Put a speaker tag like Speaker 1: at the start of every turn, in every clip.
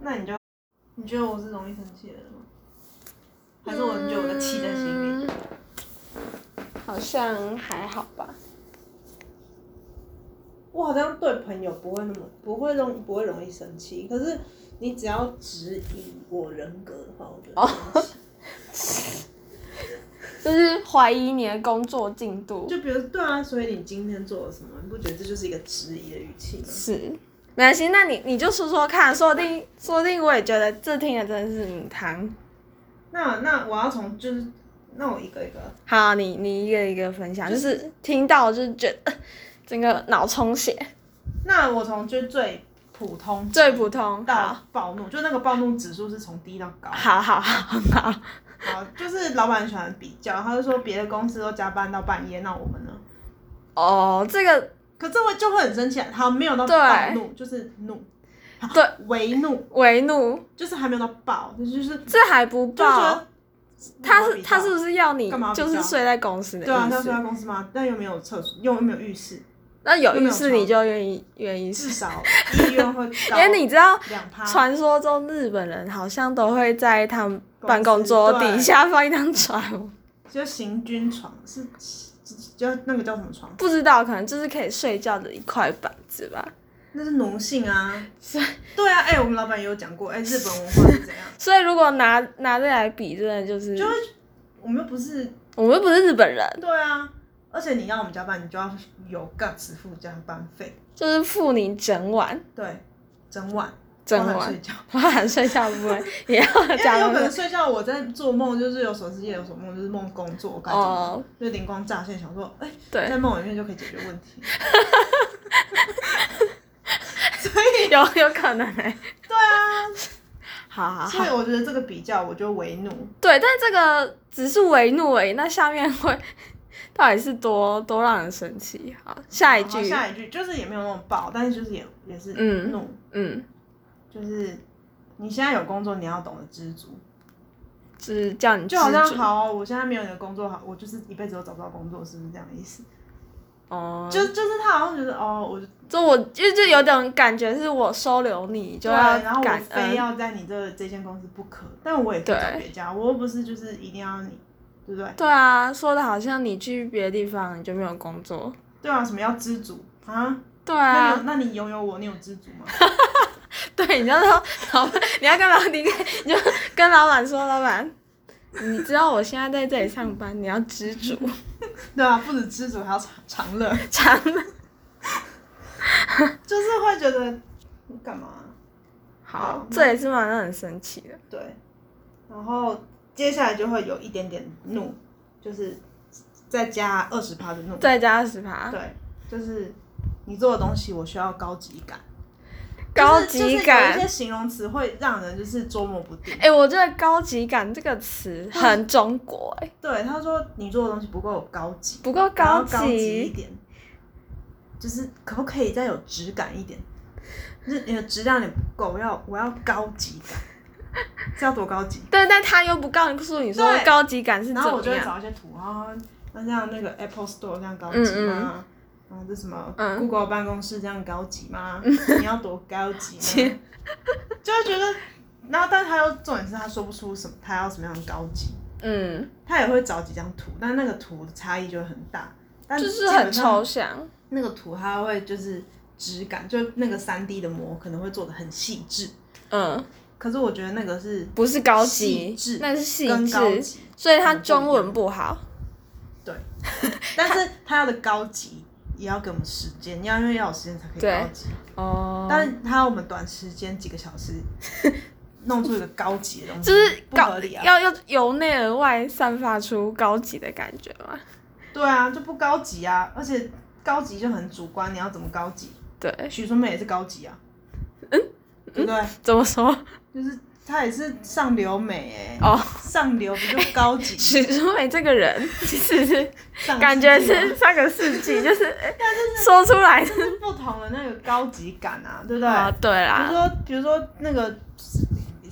Speaker 1: 那你就，你觉得我是容易生气的人吗？还是我很久的气在心里？
Speaker 2: 嗯好像还好吧。
Speaker 1: 我好像对朋友不会那么不会容不会容易生气，可是你只要质疑我人格的话，我
Speaker 2: 哦
Speaker 1: 就会生气。
Speaker 2: 就是怀疑你的工作进度。
Speaker 1: 就比如对啊，所以你今天做了什么？你不觉得这就是一个质疑的语气吗？
Speaker 2: 是，没关系，那你你就说说看，说不定说不定我也觉得这听的真的是母汤。
Speaker 1: 那那我要从就是，那我一个一个，
Speaker 2: 好，你你一个一个分享，就是听到就是觉得呃整个脑充血，
Speaker 1: 那我从就最普通
Speaker 2: 最普通。
Speaker 1: 到
Speaker 2: 好，
Speaker 1: 暴怒，就那个暴怒指数是从低到高。
Speaker 2: 好好好，很好。
Speaker 1: 好，就是老板喜欢比较，他就说别的公司都加班到半夜，那我们呢？
Speaker 2: 哦，这个
Speaker 1: 可这会就会很生气啊，他没有到
Speaker 2: 对
Speaker 1: 暴怒，就是怒，
Speaker 2: 对，
Speaker 1: 为怒，
Speaker 2: 为怒，
Speaker 1: 就是还没有到暴，就是就是
Speaker 2: 这还不
Speaker 1: 就觉
Speaker 2: 报
Speaker 1: 得。
Speaker 2: 他是他是不是要你
Speaker 1: 干嘛比较
Speaker 2: 就是睡在公司的
Speaker 1: 对啊，
Speaker 2: 意
Speaker 1: 他睡
Speaker 2: 思？
Speaker 1: 在公司嘛，但又没有厕所，又没有浴室，
Speaker 2: 那有
Speaker 1: 又没
Speaker 2: 意
Speaker 1: 有
Speaker 2: 思
Speaker 1: 床
Speaker 2: 你就愿意愿意睡，
Speaker 1: 至少医院会
Speaker 2: 因为你知道
Speaker 1: 两趴
Speaker 2: 传说中日本人好像都会在他们办公桌底下放一张床，
Speaker 1: 就行军床是就那个叫什么床？
Speaker 2: 不知道可能就是可以睡觉的一块板子吧。
Speaker 1: 那是奴性啊。对啊，哎、我们老板也有讲过，哎、日本文化是怎样？
Speaker 2: 所以如果拿拿这来比，真的就是
Speaker 1: 就我们又不是
Speaker 2: 我们又不是日本人，
Speaker 1: 对啊，而且你要我们加班，你就要有 guts 付加班费，
Speaker 2: 就是付你整晚
Speaker 1: 对，整晚
Speaker 2: 整
Speaker 1: 包含
Speaker 2: 晚，
Speaker 1: 睡 觉，
Speaker 2: 包含睡觉部分也要
Speaker 1: 因为
Speaker 2: 加
Speaker 1: 有可能
Speaker 2: 班。
Speaker 1: 睡觉我在做梦，就是有所思夜有所梦，就是梦工作，我感觉、
Speaker 2: 哦，
Speaker 1: 就灵光乍现，想说，哎、
Speaker 2: 对，
Speaker 1: 在梦里面就可以解决问题。
Speaker 2: 有有可能哎、
Speaker 1: 对啊，
Speaker 2: 好好
Speaker 1: 所以
Speaker 2: 好，
Speaker 1: 我觉得这个比较，我就为怒。
Speaker 2: 对，但这个只是为怒而已，那下面会到底是多多让人生气？好，下一
Speaker 1: 然后
Speaker 2: 句，
Speaker 1: 下一句就是也没有那么暴，但是就是也也是
Speaker 2: 嗯
Speaker 1: 怒，
Speaker 2: 嗯，
Speaker 1: 就是你现在有工作，你要懂得知足。
Speaker 2: 就是叫你
Speaker 1: 就好像
Speaker 2: 知足
Speaker 1: 好、哦，我现在没有你的工作好，我就是一辈子都找不到工作，是不是这样的意思？
Speaker 2: 哦，
Speaker 1: 就就是他好像觉得哦，我就
Speaker 2: 就我就就有点感觉是我收留你，就
Speaker 1: 对，啊
Speaker 2: 要
Speaker 1: 然后我
Speaker 2: 感呃
Speaker 1: 非
Speaker 2: 恩，
Speaker 1: 要在你这这间公司不可，但我也可以找
Speaker 2: 对
Speaker 1: 别家，我又不是就是一定要你，对不对？
Speaker 2: 对啊，说的好像你去别的地方你就没有工作，
Speaker 1: 对啊，什么要知足啊？
Speaker 2: 对
Speaker 1: 那你
Speaker 2: 啊
Speaker 1: 有，那你拥有我，你有知足吗？
Speaker 2: 对，你就说老板，你要跟老你你就跟老板说，老板，你知道我现在在这里上班，你要 知足，
Speaker 1: 对啊，不止知足，还要长长 乐，
Speaker 2: 长
Speaker 1: 就是会觉得你干嘛、
Speaker 2: 好， 这也是蛮让人生气的，
Speaker 1: 对，然后接下来就会有一点点怒，就是再加二十趴的怒。
Speaker 2: 再加十趴，
Speaker 1: 对，就是你做的东西，我需要高级感，
Speaker 2: 高
Speaker 1: 就是
Speaker 2: 级
Speaker 1: 就是有一
Speaker 2: 感
Speaker 1: 些。形容词会让人就是捉摸不定。
Speaker 2: 哎、我觉得“高级感”这个词很中国、哎，
Speaker 1: 对，他说你做的东西不够高级，
Speaker 2: 不够
Speaker 1: 然后
Speaker 2: 高
Speaker 1: 高级一
Speaker 2: 级，
Speaker 1: 点，就是可不可以再有质感一点？就是你的质量也不够，我要我要高级感，是要多高级？
Speaker 2: 对，但他又不告诉你说
Speaker 1: 对
Speaker 2: 高级感是怎
Speaker 1: 然后我
Speaker 2: 么
Speaker 1: 就会
Speaker 2: 样。
Speaker 1: 找一些图啊，那像那个 Apple Store 这样高级
Speaker 2: 嗯
Speaker 1: 吗？
Speaker 2: 嗯
Speaker 1: 然后这什么
Speaker 2: 嗯
Speaker 1: Google 办公室这样高级 吗？你要多高级呢？ 就会觉得，然后但他又重点是他说不出什么，他要什么样的高级，
Speaker 2: 嗯，
Speaker 1: 他也会找几张图，但那个图的差异就会很大，但
Speaker 2: 就是
Speaker 1: 基本
Speaker 2: 很
Speaker 1: 上
Speaker 2: 抽象。
Speaker 1: 那个图他会就是质感，就那个三 D 的膜可能会做的很细致，
Speaker 2: 嗯，
Speaker 1: 可是我觉得那个是
Speaker 2: 不是高
Speaker 1: 细
Speaker 2: 级
Speaker 1: 致，
Speaker 2: 那是细
Speaker 1: 更高
Speaker 2: 致，
Speaker 1: 级，
Speaker 2: 所以它中文不好。
Speaker 1: 但是他要的高级也要给我们时间，要因为要有时间才可以
Speaker 2: 对
Speaker 1: 高级。
Speaker 2: 哦
Speaker 1: 但是他要我们短时间几个小时弄出一个高级的东西，
Speaker 2: 就是
Speaker 1: 不
Speaker 2: 高
Speaker 1: 合理啊。
Speaker 2: 要要由内而外散发出高级的感觉嘛？
Speaker 1: 对啊，就不高级啊，而且高级就很主观，你要怎么高级？
Speaker 2: 对，
Speaker 1: 许纯美也是高级啊，对不对？
Speaker 2: 怎么说？
Speaker 1: 就是她也是上流美哎、
Speaker 2: 哦，
Speaker 1: 上流不就高级？
Speaker 2: 许淑美这个 人，其实是
Speaker 1: 上世纪
Speaker 2: 感觉是
Speaker 1: 吗
Speaker 2: 上个 世纪，就是哎说出来是
Speaker 1: 就是不同的那个高级感啊，对不对？
Speaker 2: 啊，对
Speaker 1: 比如
Speaker 2: 啦，
Speaker 1: 说，比如说那个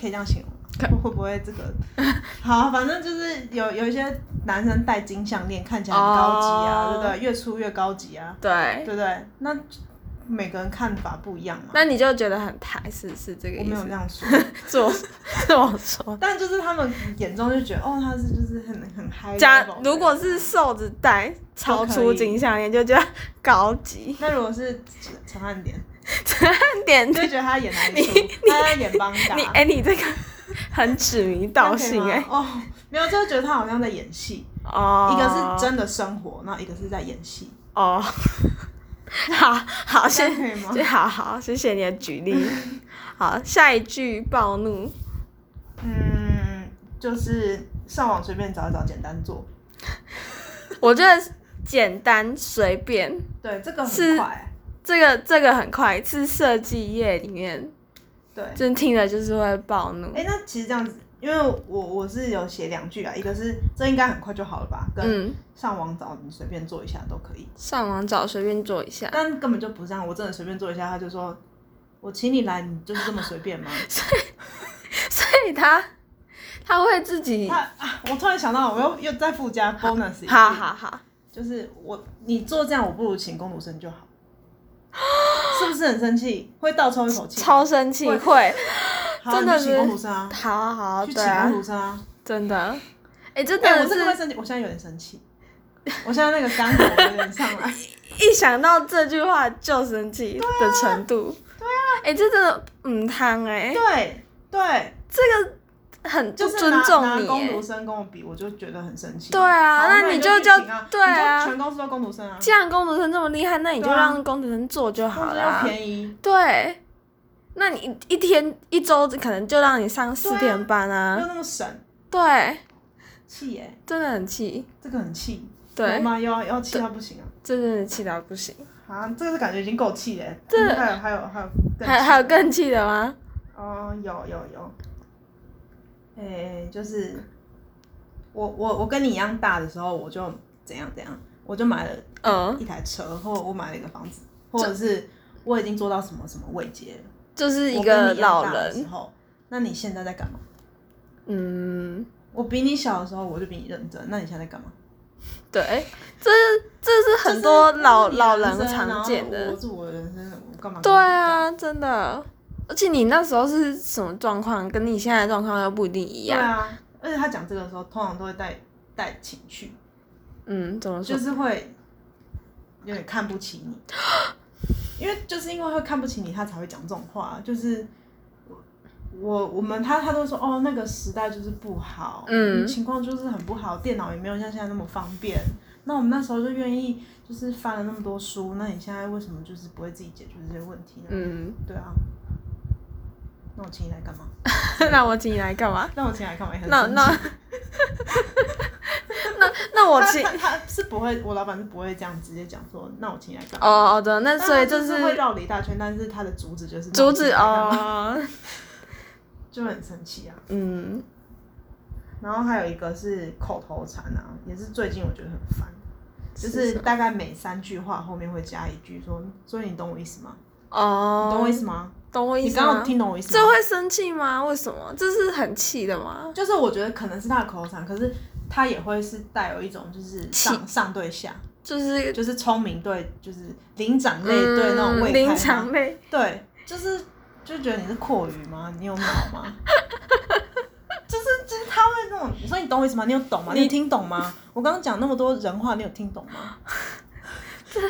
Speaker 1: 可以这样形容吗，会会不会这 个？好，反正就是有有一些男生戴金项链看起来很高级啊，
Speaker 2: 哦
Speaker 1: 对不对？越粗越高级啊，
Speaker 2: 对
Speaker 1: 对不对？那每个人看法不一样嘛。
Speaker 2: 那你就觉得很台是是这个
Speaker 1: 我
Speaker 2: 意
Speaker 1: 没有这
Speaker 2: 思？
Speaker 1: 样 说，
Speaker 2: 是我是我说。
Speaker 1: 但就是他们眼中就觉得，哦，他是就是很很嗨。
Speaker 2: 假如果是瘦子戴超出金项链，就觉得高 级。
Speaker 1: 那如果是陈汉 典，
Speaker 2: 点
Speaker 1: 你就觉得他演哪里出？他在演邦嘎。
Speaker 2: 你哎、你这个很指名
Speaker 1: 这样
Speaker 2: 道
Speaker 1: 可以
Speaker 2: 姓
Speaker 1: 吗
Speaker 2: 哎、
Speaker 1: 哦，没有，就是觉得他好像在演戏，
Speaker 2: 哦，
Speaker 1: 一个是真的生活，然后一个是在演戏，
Speaker 2: 哦，好好
Speaker 1: 这
Speaker 2: 谢
Speaker 1: 样可以吗？
Speaker 2: 谢，好好谢谢你的举 例。好，下一句暴怒，
Speaker 1: 嗯，就是上网随便找一找，简单做。
Speaker 2: 我觉得简单随便，
Speaker 1: 对，这个
Speaker 2: 是
Speaker 1: 很快。
Speaker 2: 这个这个很快是设计业里面，
Speaker 1: 对，哎、
Speaker 2: 真听了就是会暴怒。
Speaker 1: 那其实这样子，因为我我是有写两句啊，一个是这应该很快就好了吧，跟
Speaker 2: 嗯，
Speaker 1: 上网找你随便做一下都可以，
Speaker 2: 上网找随便做一下，
Speaker 1: 但根本就不是这啊样，我真的随便做一下，他就说。我请你来，你就是这么随便吗？
Speaker 2: 所以他他会自己，
Speaker 1: 他啊，我突然想到，我又又再附加 bonus 一句
Speaker 2: 好好好，
Speaker 1: 就是我你做这样，我不如请工读生就 好，是不是很生气？会倒抽一口气，
Speaker 2: 超生气
Speaker 1: 会
Speaker 2: 会，
Speaker 1: 好啊
Speaker 2: 真的
Speaker 1: 你去请
Speaker 2: 是
Speaker 1: 工读生啊，
Speaker 2: 好啊好 啊，
Speaker 1: 去
Speaker 2: 对
Speaker 1: 请
Speaker 2: 啊
Speaker 1: 工，读生啊。
Speaker 2: 真的，哎，真
Speaker 1: 哎、我
Speaker 2: 的
Speaker 1: 真的会
Speaker 2: 是
Speaker 1: 生气，我现在有点生气，我现在那个肝火有点上 来。
Speaker 2: 一想到这句话就生气的程度，对啊，哎，这真的嗯汤哎，
Speaker 1: 对对，
Speaker 2: 很
Speaker 1: 就
Speaker 2: 不
Speaker 1: 是
Speaker 2: 尊
Speaker 1: 拿
Speaker 2: 重
Speaker 1: 拿
Speaker 2: 你
Speaker 1: 工
Speaker 2: 欸
Speaker 1: 读，生跟我比，我就觉得很生气。
Speaker 2: 对啊，
Speaker 1: 好
Speaker 2: 那
Speaker 1: 你
Speaker 2: 你就
Speaker 1: 去
Speaker 2: 叫
Speaker 1: 请啊
Speaker 2: 对啊
Speaker 1: 你就，全公司都工读生啊，
Speaker 2: 既然工读生这么厉害，那你就
Speaker 1: 对啊
Speaker 2: 让工读生做就
Speaker 1: 工
Speaker 2: 好
Speaker 1: 资
Speaker 2: 了
Speaker 1: 要
Speaker 2: 啊。
Speaker 1: 便宜。
Speaker 2: 对，那你一天一周可能就让你上四天班
Speaker 1: 又
Speaker 2: 啊。
Speaker 1: 那么省，
Speaker 2: 对，
Speaker 1: 气耶、
Speaker 2: 真的很气，
Speaker 1: 这个很气，我
Speaker 2: 对，
Speaker 1: 妈又要又要气到不行啊！
Speaker 2: 这真的气到不行。
Speaker 1: 啊，这个是感觉已经够气嘞，
Speaker 2: 这
Speaker 1: 还有还有还有更
Speaker 2: 还
Speaker 1: 气
Speaker 2: 还有
Speaker 1: 的
Speaker 2: 更气的吗？
Speaker 1: 哦，有有有，哎、就是我我我跟你一样大的时候，我就怎样怎样，我就买了
Speaker 2: 嗯，
Speaker 1: 一台车，或我买了一个房子，或者是我已经做到什么什么位阶了。
Speaker 2: 就是一
Speaker 1: 我跟
Speaker 2: 个
Speaker 1: 你样
Speaker 2: 老
Speaker 1: 大的时
Speaker 2: 人，
Speaker 1: 候，那你现在在干嘛？
Speaker 2: 嗯，
Speaker 1: 我比你小的时候，我就比你认真，那你现在在干嘛？
Speaker 2: 对，哎这是这是很多老老人常见
Speaker 1: 我
Speaker 2: 的。
Speaker 1: 是我的人生，我干嘛？
Speaker 2: 对，啊，真的。而且你那时候是什么状况，跟你现在的状况又不一定一
Speaker 1: 对
Speaker 2: 样。
Speaker 1: 啊，而且他讲这个的时候，通常都会带带情绪，
Speaker 2: 嗯，怎么说
Speaker 1: 就？是会有点看不起 你，因为就是因为会看不起你，他才会讲这种话。就是我我们他他都说哦，那个时代就是不好，
Speaker 2: 嗯
Speaker 1: 情况就是很不好，电脑也没有像现在那么方便。那我们那时候就愿意，就是翻了那么多书，那你现在为什么就是不会自己解决这些问题呢？
Speaker 2: 嗯，
Speaker 1: 对啊，那我请你来干嘛？
Speaker 2: 那我请你来干嘛？
Speaker 1: 那我请你来干嘛也很
Speaker 2: 那
Speaker 1: 生气
Speaker 2: 那 那那我
Speaker 1: 他
Speaker 2: 请
Speaker 1: 他他是不会，我老板是不会这样直接讲说，那我请你来干嘛？
Speaker 2: 哦哦的，那
Speaker 1: 但
Speaker 2: 所以
Speaker 1: 它
Speaker 2: 就
Speaker 1: 就是会
Speaker 2: 是
Speaker 1: 绕了一大圈，但是它的主旨就是
Speaker 2: 阻止
Speaker 1: 那我
Speaker 2: 哦，
Speaker 1: 就很生气啊。
Speaker 2: 嗯，
Speaker 1: 然后还有一个是口头禅啊，也是最近我觉得很烦，就是是大概每三句话后面会加一句说，所以你懂我意思吗？
Speaker 2: 哦，
Speaker 1: 你懂我意思吗？
Speaker 2: 懂我意
Speaker 1: 你
Speaker 2: 思
Speaker 1: 刚
Speaker 2: 吗
Speaker 1: 刚有听懂我意思
Speaker 2: 这
Speaker 1: 吗？
Speaker 2: 会生气吗？为什么？这是很气的吗？
Speaker 1: 就是我觉得可能是他的口头禅，可是他也会是带有一种就是上上对下，
Speaker 2: 就是
Speaker 1: 就是聪明对，就是灵长类对那种
Speaker 2: 嗯
Speaker 1: 未开
Speaker 2: 临
Speaker 1: 发
Speaker 2: 场类，
Speaker 1: 对，就是就觉得你是阔鱼吗？你有脑吗？ 就是就是他会那种，你说你懂我意思吗？你有懂吗？你有听懂吗？我刚刚讲那么多人话，你有听懂 吗？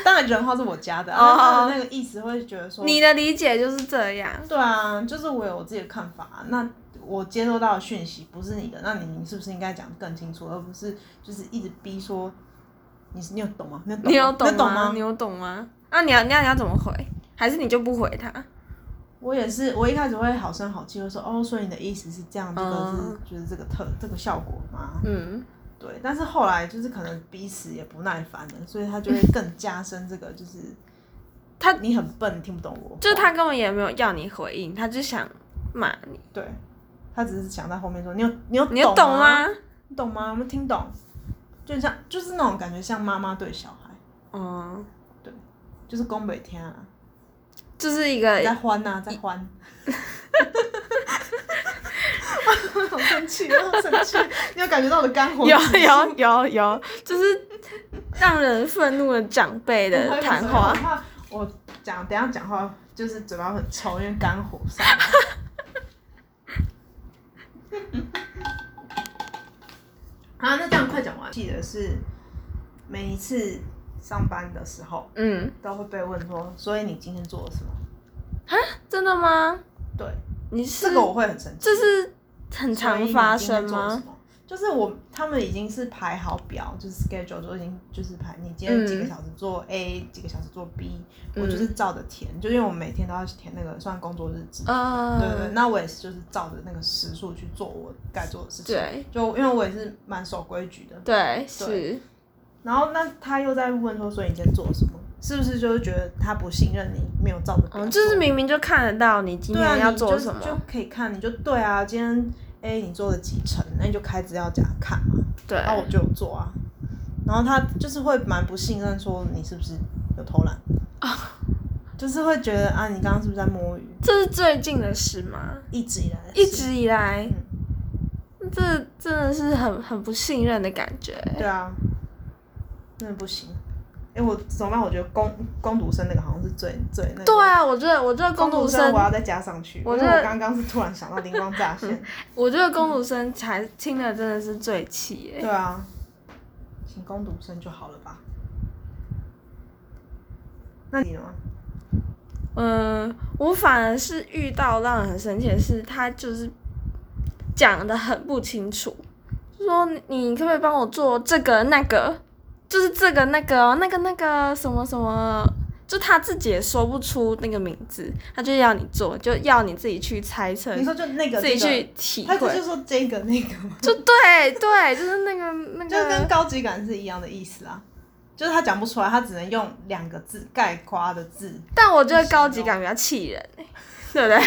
Speaker 1: 当然人话是我加的、啊，但他
Speaker 2: 哦
Speaker 1: 的那个意思会觉得说，
Speaker 2: 你的理解就是这样。
Speaker 1: 对啊，就是我有我自己的看法、啊，那我接收到的讯息不是你的，那你你是不是应该讲得更清楚，而不是就是一直逼说你你有懂吗？你有懂吗？你有
Speaker 2: 你有
Speaker 1: 懂
Speaker 2: 吗？你有懂吗？那你要那你要怎么回？还是你就不回他？
Speaker 1: 我也是，我一开始会好声好气，会说哦，所以你的意思是这样，这个是、
Speaker 2: 嗯
Speaker 1: 就是这个特这个效果吗？
Speaker 2: 嗯，
Speaker 1: 对，但是后来就是可能彼此也不耐烦了，所以他就会更加深这个，就是
Speaker 2: 他
Speaker 1: 你很笨，你听不懂我，
Speaker 2: 就是，他根本也没有要你回应，他就想骂你。
Speaker 1: 对他只是想在后面说，你有你有
Speaker 2: 你有
Speaker 1: 懂
Speaker 2: 懂？吗？
Speaker 1: 你懂吗？有没有听懂？就像就是那种感觉，像妈妈对小孩，
Speaker 2: 哦，
Speaker 1: 就是宫北天啊，
Speaker 2: 就是一个
Speaker 1: 在欢呐、啊，在 欢。 我好生气，我好生气！你有感觉到我的肝火
Speaker 2: 有
Speaker 1: 直上
Speaker 2: 有有有，就是让人愤怒的长辈的
Speaker 1: 我会
Speaker 2: 谈
Speaker 1: 有时候
Speaker 2: 话
Speaker 1: 很。怕我讲，等一下讲话就是嘴巴很臭，因为肝火上来。 好，那这样快讲完。记得是每一次上班的时候
Speaker 2: 嗯，
Speaker 1: 都会被问说，所以你今天做了什么？
Speaker 2: 真的吗？
Speaker 1: 对，
Speaker 2: 你是
Speaker 1: 这个我会很生气。
Speaker 2: 这是很常发生
Speaker 1: 所以你今天做了什
Speaker 2: 吗？
Speaker 1: 么？就是我他们已经是排好表，就是 schedule 都已经就是排你今天几个小时做 A，、几个小时做 B，、
Speaker 2: 嗯
Speaker 1: 我就是照着填，就因为我每天都要填那个算工作日志。
Speaker 2: 嗯，
Speaker 1: 对对，那我也是就是照着那个时数去做我该做的事情。
Speaker 2: 对
Speaker 1: 就因为我也是蛮守规矩的。
Speaker 2: 对是，
Speaker 1: 然后那他又在问说，所以你今天做了什么？是不是就是觉得他不信任你，没有照着表做？
Speaker 2: 嗯，就是明明就看得到你今
Speaker 1: 对啊，
Speaker 2: 天要
Speaker 1: 你
Speaker 2: 做
Speaker 1: 就
Speaker 2: 什么，
Speaker 1: 就可以看，你就对啊，今天哎你做了几成，那你就开资料夹看嘛。
Speaker 2: 对，
Speaker 1: 然后我就有做啊，然后他就是会蛮不信任，说你是不是有偷懒
Speaker 2: 啊
Speaker 1: 就是会觉得啊，你刚刚是不是在摸鱼？
Speaker 2: 这是最近的事吗？
Speaker 1: 一直以来的
Speaker 2: 一
Speaker 1: 事
Speaker 2: 直以来
Speaker 1: 嗯，
Speaker 2: 这真的是很很不信任的感觉。
Speaker 1: 对啊，真的不行。哎、我怎么办？我觉得攻攻读生那个好像是最最那个。
Speaker 2: 对啊，我觉得我觉得
Speaker 1: 攻
Speaker 2: 工
Speaker 1: 读
Speaker 2: 读
Speaker 1: 生
Speaker 2: 生
Speaker 1: 我，要再加上去，
Speaker 2: 我
Speaker 1: 因为
Speaker 2: 真
Speaker 1: 我
Speaker 2: 的
Speaker 1: 刚刚是突然想到灵光乍 现。
Speaker 2: 我觉得工读生才听的真的是最气耶。
Speaker 1: 对啊，请攻读生就好了吧？那你呢？
Speaker 2: 嗯，我反而是遇到让人很生气的是，他就是讲的很不清楚，就说你可不可以帮我做这个那个，就是这个那个哦那个那个什么什么。就他自己也说不出那个名字，他就要你做，就要你自己去猜测
Speaker 1: 你说就那个
Speaker 2: 自己
Speaker 1: 这个
Speaker 2: 去体
Speaker 1: 他就是
Speaker 2: 会，
Speaker 1: 说这个那个嘛，
Speaker 2: 就对对，就是那个 那
Speaker 1: 就跟
Speaker 2: 个，
Speaker 1: 高级感是一样的意思啊。就是他讲不出来，他只能用两个字概括的字，
Speaker 2: 但我觉得高级感比较气人、欸，对不对？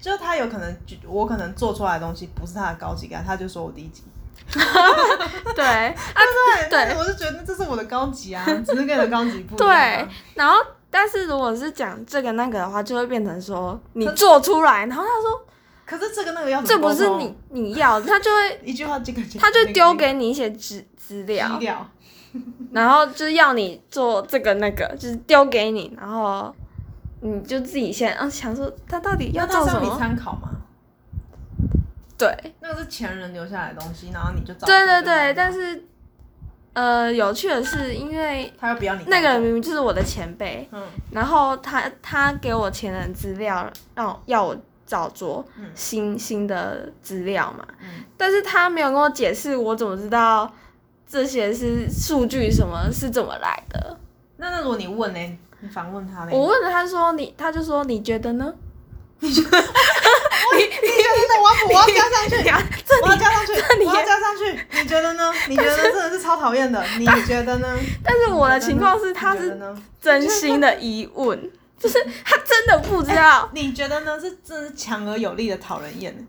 Speaker 1: 就是他有可能就我可能做出来的东西不是他的高级感，他就说我低级。
Speaker 2: 对啊，
Speaker 1: 对
Speaker 2: 对
Speaker 1: 我就觉得这是我的高级 啊，只是跟你的高级不一样啊、
Speaker 2: 对，然后但是如果是讲这个那个的话，就会变成说你做出来，然后他说
Speaker 1: 可是这个那个要
Speaker 2: 这
Speaker 1: 怎么
Speaker 2: 不
Speaker 1: 沟
Speaker 2: 是
Speaker 1: 通
Speaker 2: 你你要的，他就会
Speaker 1: 一句话，这个这个
Speaker 2: 他就
Speaker 1: 那个
Speaker 2: 丢
Speaker 1: 那个
Speaker 2: 给你一啊些资资
Speaker 1: 低
Speaker 2: 料，
Speaker 1: 调，
Speaker 2: 然后就是要你做这个那个，就是丢给你，然后你就自己先啊想说他到底要
Speaker 1: 那他
Speaker 2: 做什
Speaker 1: 让你
Speaker 2: 么？
Speaker 1: 参考吗？
Speaker 2: 对，
Speaker 1: 那个是前人留下来的东西，然后你就照
Speaker 2: 对对
Speaker 1: 着来
Speaker 2: 对，
Speaker 1: 嘛
Speaker 2: 但是，呃，有趣的是，因为
Speaker 1: 他又不要你
Speaker 2: 那个人
Speaker 1: 带
Speaker 2: 明明就是我的前辈，
Speaker 1: 走，嗯，
Speaker 2: 然后他他给我前人资料，让我要我找着
Speaker 1: 嗯
Speaker 2: 新新的资料嘛，
Speaker 1: 嗯
Speaker 2: 但是他没有跟我解释，我怎么知道这些是数据什么是怎么来的？
Speaker 1: 那那如果你问呢，你反问他嘞，
Speaker 2: 我问了，他说你，他就说你觉得呢？
Speaker 1: 我要 我要加上去，
Speaker 2: 呀，
Speaker 1: 我要加上去，
Speaker 2: 里
Speaker 1: 我要加上去。你觉得呢？你觉得真的是超讨厌的？你觉得呢？
Speaker 2: 但是我的
Speaker 1: 你觉得呢
Speaker 2: 情况是，他
Speaker 1: 你觉得
Speaker 2: 是
Speaker 1: 呢？
Speaker 2: 真心的疑问，就是他真的不知道。
Speaker 1: 你觉得呢？是真的是强而有力的讨人 厌。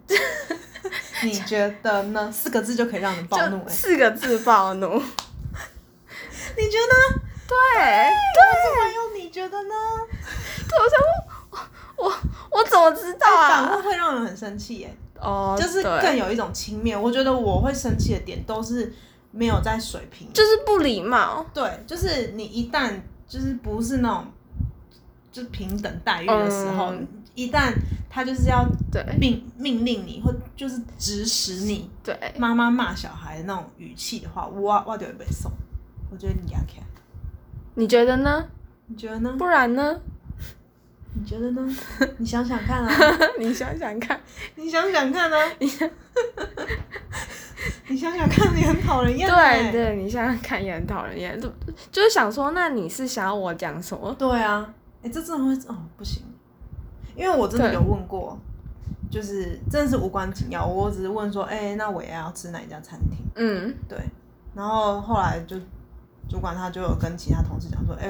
Speaker 1: 你觉得呢？四个字就可以让 人暴怒
Speaker 2: 就
Speaker 1: 哎、
Speaker 2: 四个字暴怒。
Speaker 1: 你觉得呢？
Speaker 2: 对，
Speaker 1: 对，为什么用你觉得呢？
Speaker 2: 对，我想我我我怎么知道
Speaker 1: 反
Speaker 2: 啊？
Speaker 1: 问会让人很生气哎、
Speaker 2: 哦，
Speaker 1: 就是
Speaker 2: 对
Speaker 1: 更有一种轻蔑。我觉得我会生气的点都是没有在水平，
Speaker 2: 就是不礼貌。
Speaker 1: 对，就是你一旦就是不是那种就是平等待遇的时候，
Speaker 2: 嗯
Speaker 1: 一旦他就是要
Speaker 2: 对
Speaker 1: 命命令你，或就是指使你
Speaker 2: 对，
Speaker 1: 妈妈骂小孩的那种语气的话，我我就会被送。我觉得你牙看，
Speaker 2: 你觉得呢？
Speaker 1: 你觉得呢？
Speaker 2: 不然呢？
Speaker 1: 你觉得呢？ 你想想看啊，
Speaker 2: 你想想看，
Speaker 1: 你想想看啊， 你想想看，你很讨人厌、
Speaker 2: 对
Speaker 1: 欸。
Speaker 2: 对，你想想看也很讨人厌，就就是想说，那你是想要我讲什么？
Speaker 1: 对啊，哎、这真的会哦，不行，因为我真的
Speaker 2: 对
Speaker 1: 有问过，就是真的是无关紧要，我只是问说，哎、那我也要吃哪一家餐厅？
Speaker 2: 嗯，
Speaker 1: 对，然后后来就主管他就有跟其他同事讲说，哎、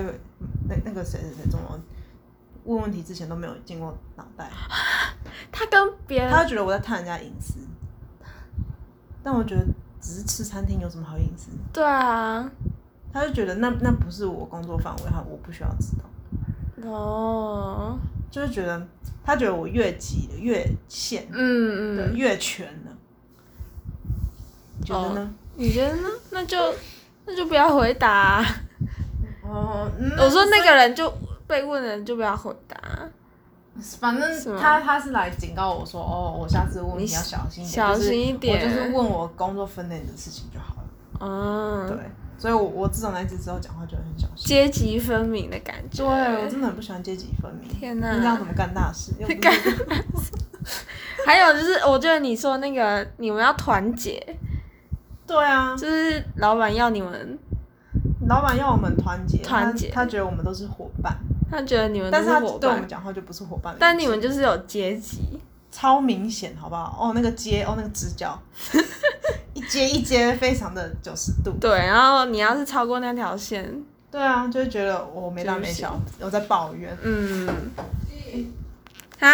Speaker 1: 那那个谁谁谁怎么问问题之前都没有经过脑袋，
Speaker 2: 他跟别
Speaker 1: 他
Speaker 2: 人
Speaker 1: 就觉得我在探人家隐私，但我觉得只是吃餐厅有什么好隐私？
Speaker 2: 对啊，
Speaker 1: 他就觉得那那不是我工作范围，他我不需要知道。
Speaker 2: 哦，
Speaker 1: 就是觉得他觉得我越急了，越线，
Speaker 2: 嗯
Speaker 1: 对，
Speaker 2: 嗯，
Speaker 1: 越全了。你觉得呢？
Speaker 2: 你觉得呢？那就那就不要回答啊、
Speaker 1: 哦，嗯
Speaker 2: 我说那个人就被问的人就不要回答，啊
Speaker 1: 反
Speaker 2: 是
Speaker 1: 正
Speaker 2: 吗
Speaker 1: 他他是来警告我说，哦，我下次问
Speaker 2: 你
Speaker 1: 你要小心一点，
Speaker 2: 小心一点
Speaker 1: 就是我就是问我工作分内的事情就好了。
Speaker 2: 嗯，
Speaker 1: 对，所以我我自从那次之后讲话就很小心。
Speaker 2: 阶级分明的感觉。
Speaker 1: 对，我真的很不喜欢阶级分明。
Speaker 2: 天啊哪
Speaker 1: 你知道怎么干大 事？又不是
Speaker 2: 干还有就是，我觉得你说那个你们要团结，
Speaker 1: 对啊，
Speaker 2: 就是老板要你们，
Speaker 1: 老板要我们团结，
Speaker 2: 团结
Speaker 1: 他，他觉得我们都是伙伴，
Speaker 2: 他觉得你们都
Speaker 1: 但是他
Speaker 2: 伙
Speaker 1: 对我
Speaker 2: 伴
Speaker 1: 们，讲话就不是伙伴的意思。
Speaker 2: 但你们就是有阶级，
Speaker 1: 超明显，好不好？哦，那个接，哦，那个直角，一接一接，非常的九十度。
Speaker 2: 对，然后你要是超过那条线，
Speaker 1: 对啊，
Speaker 2: 嗯
Speaker 1: 就会觉得我没大没小，我在抱怨。
Speaker 2: 嗯，啊，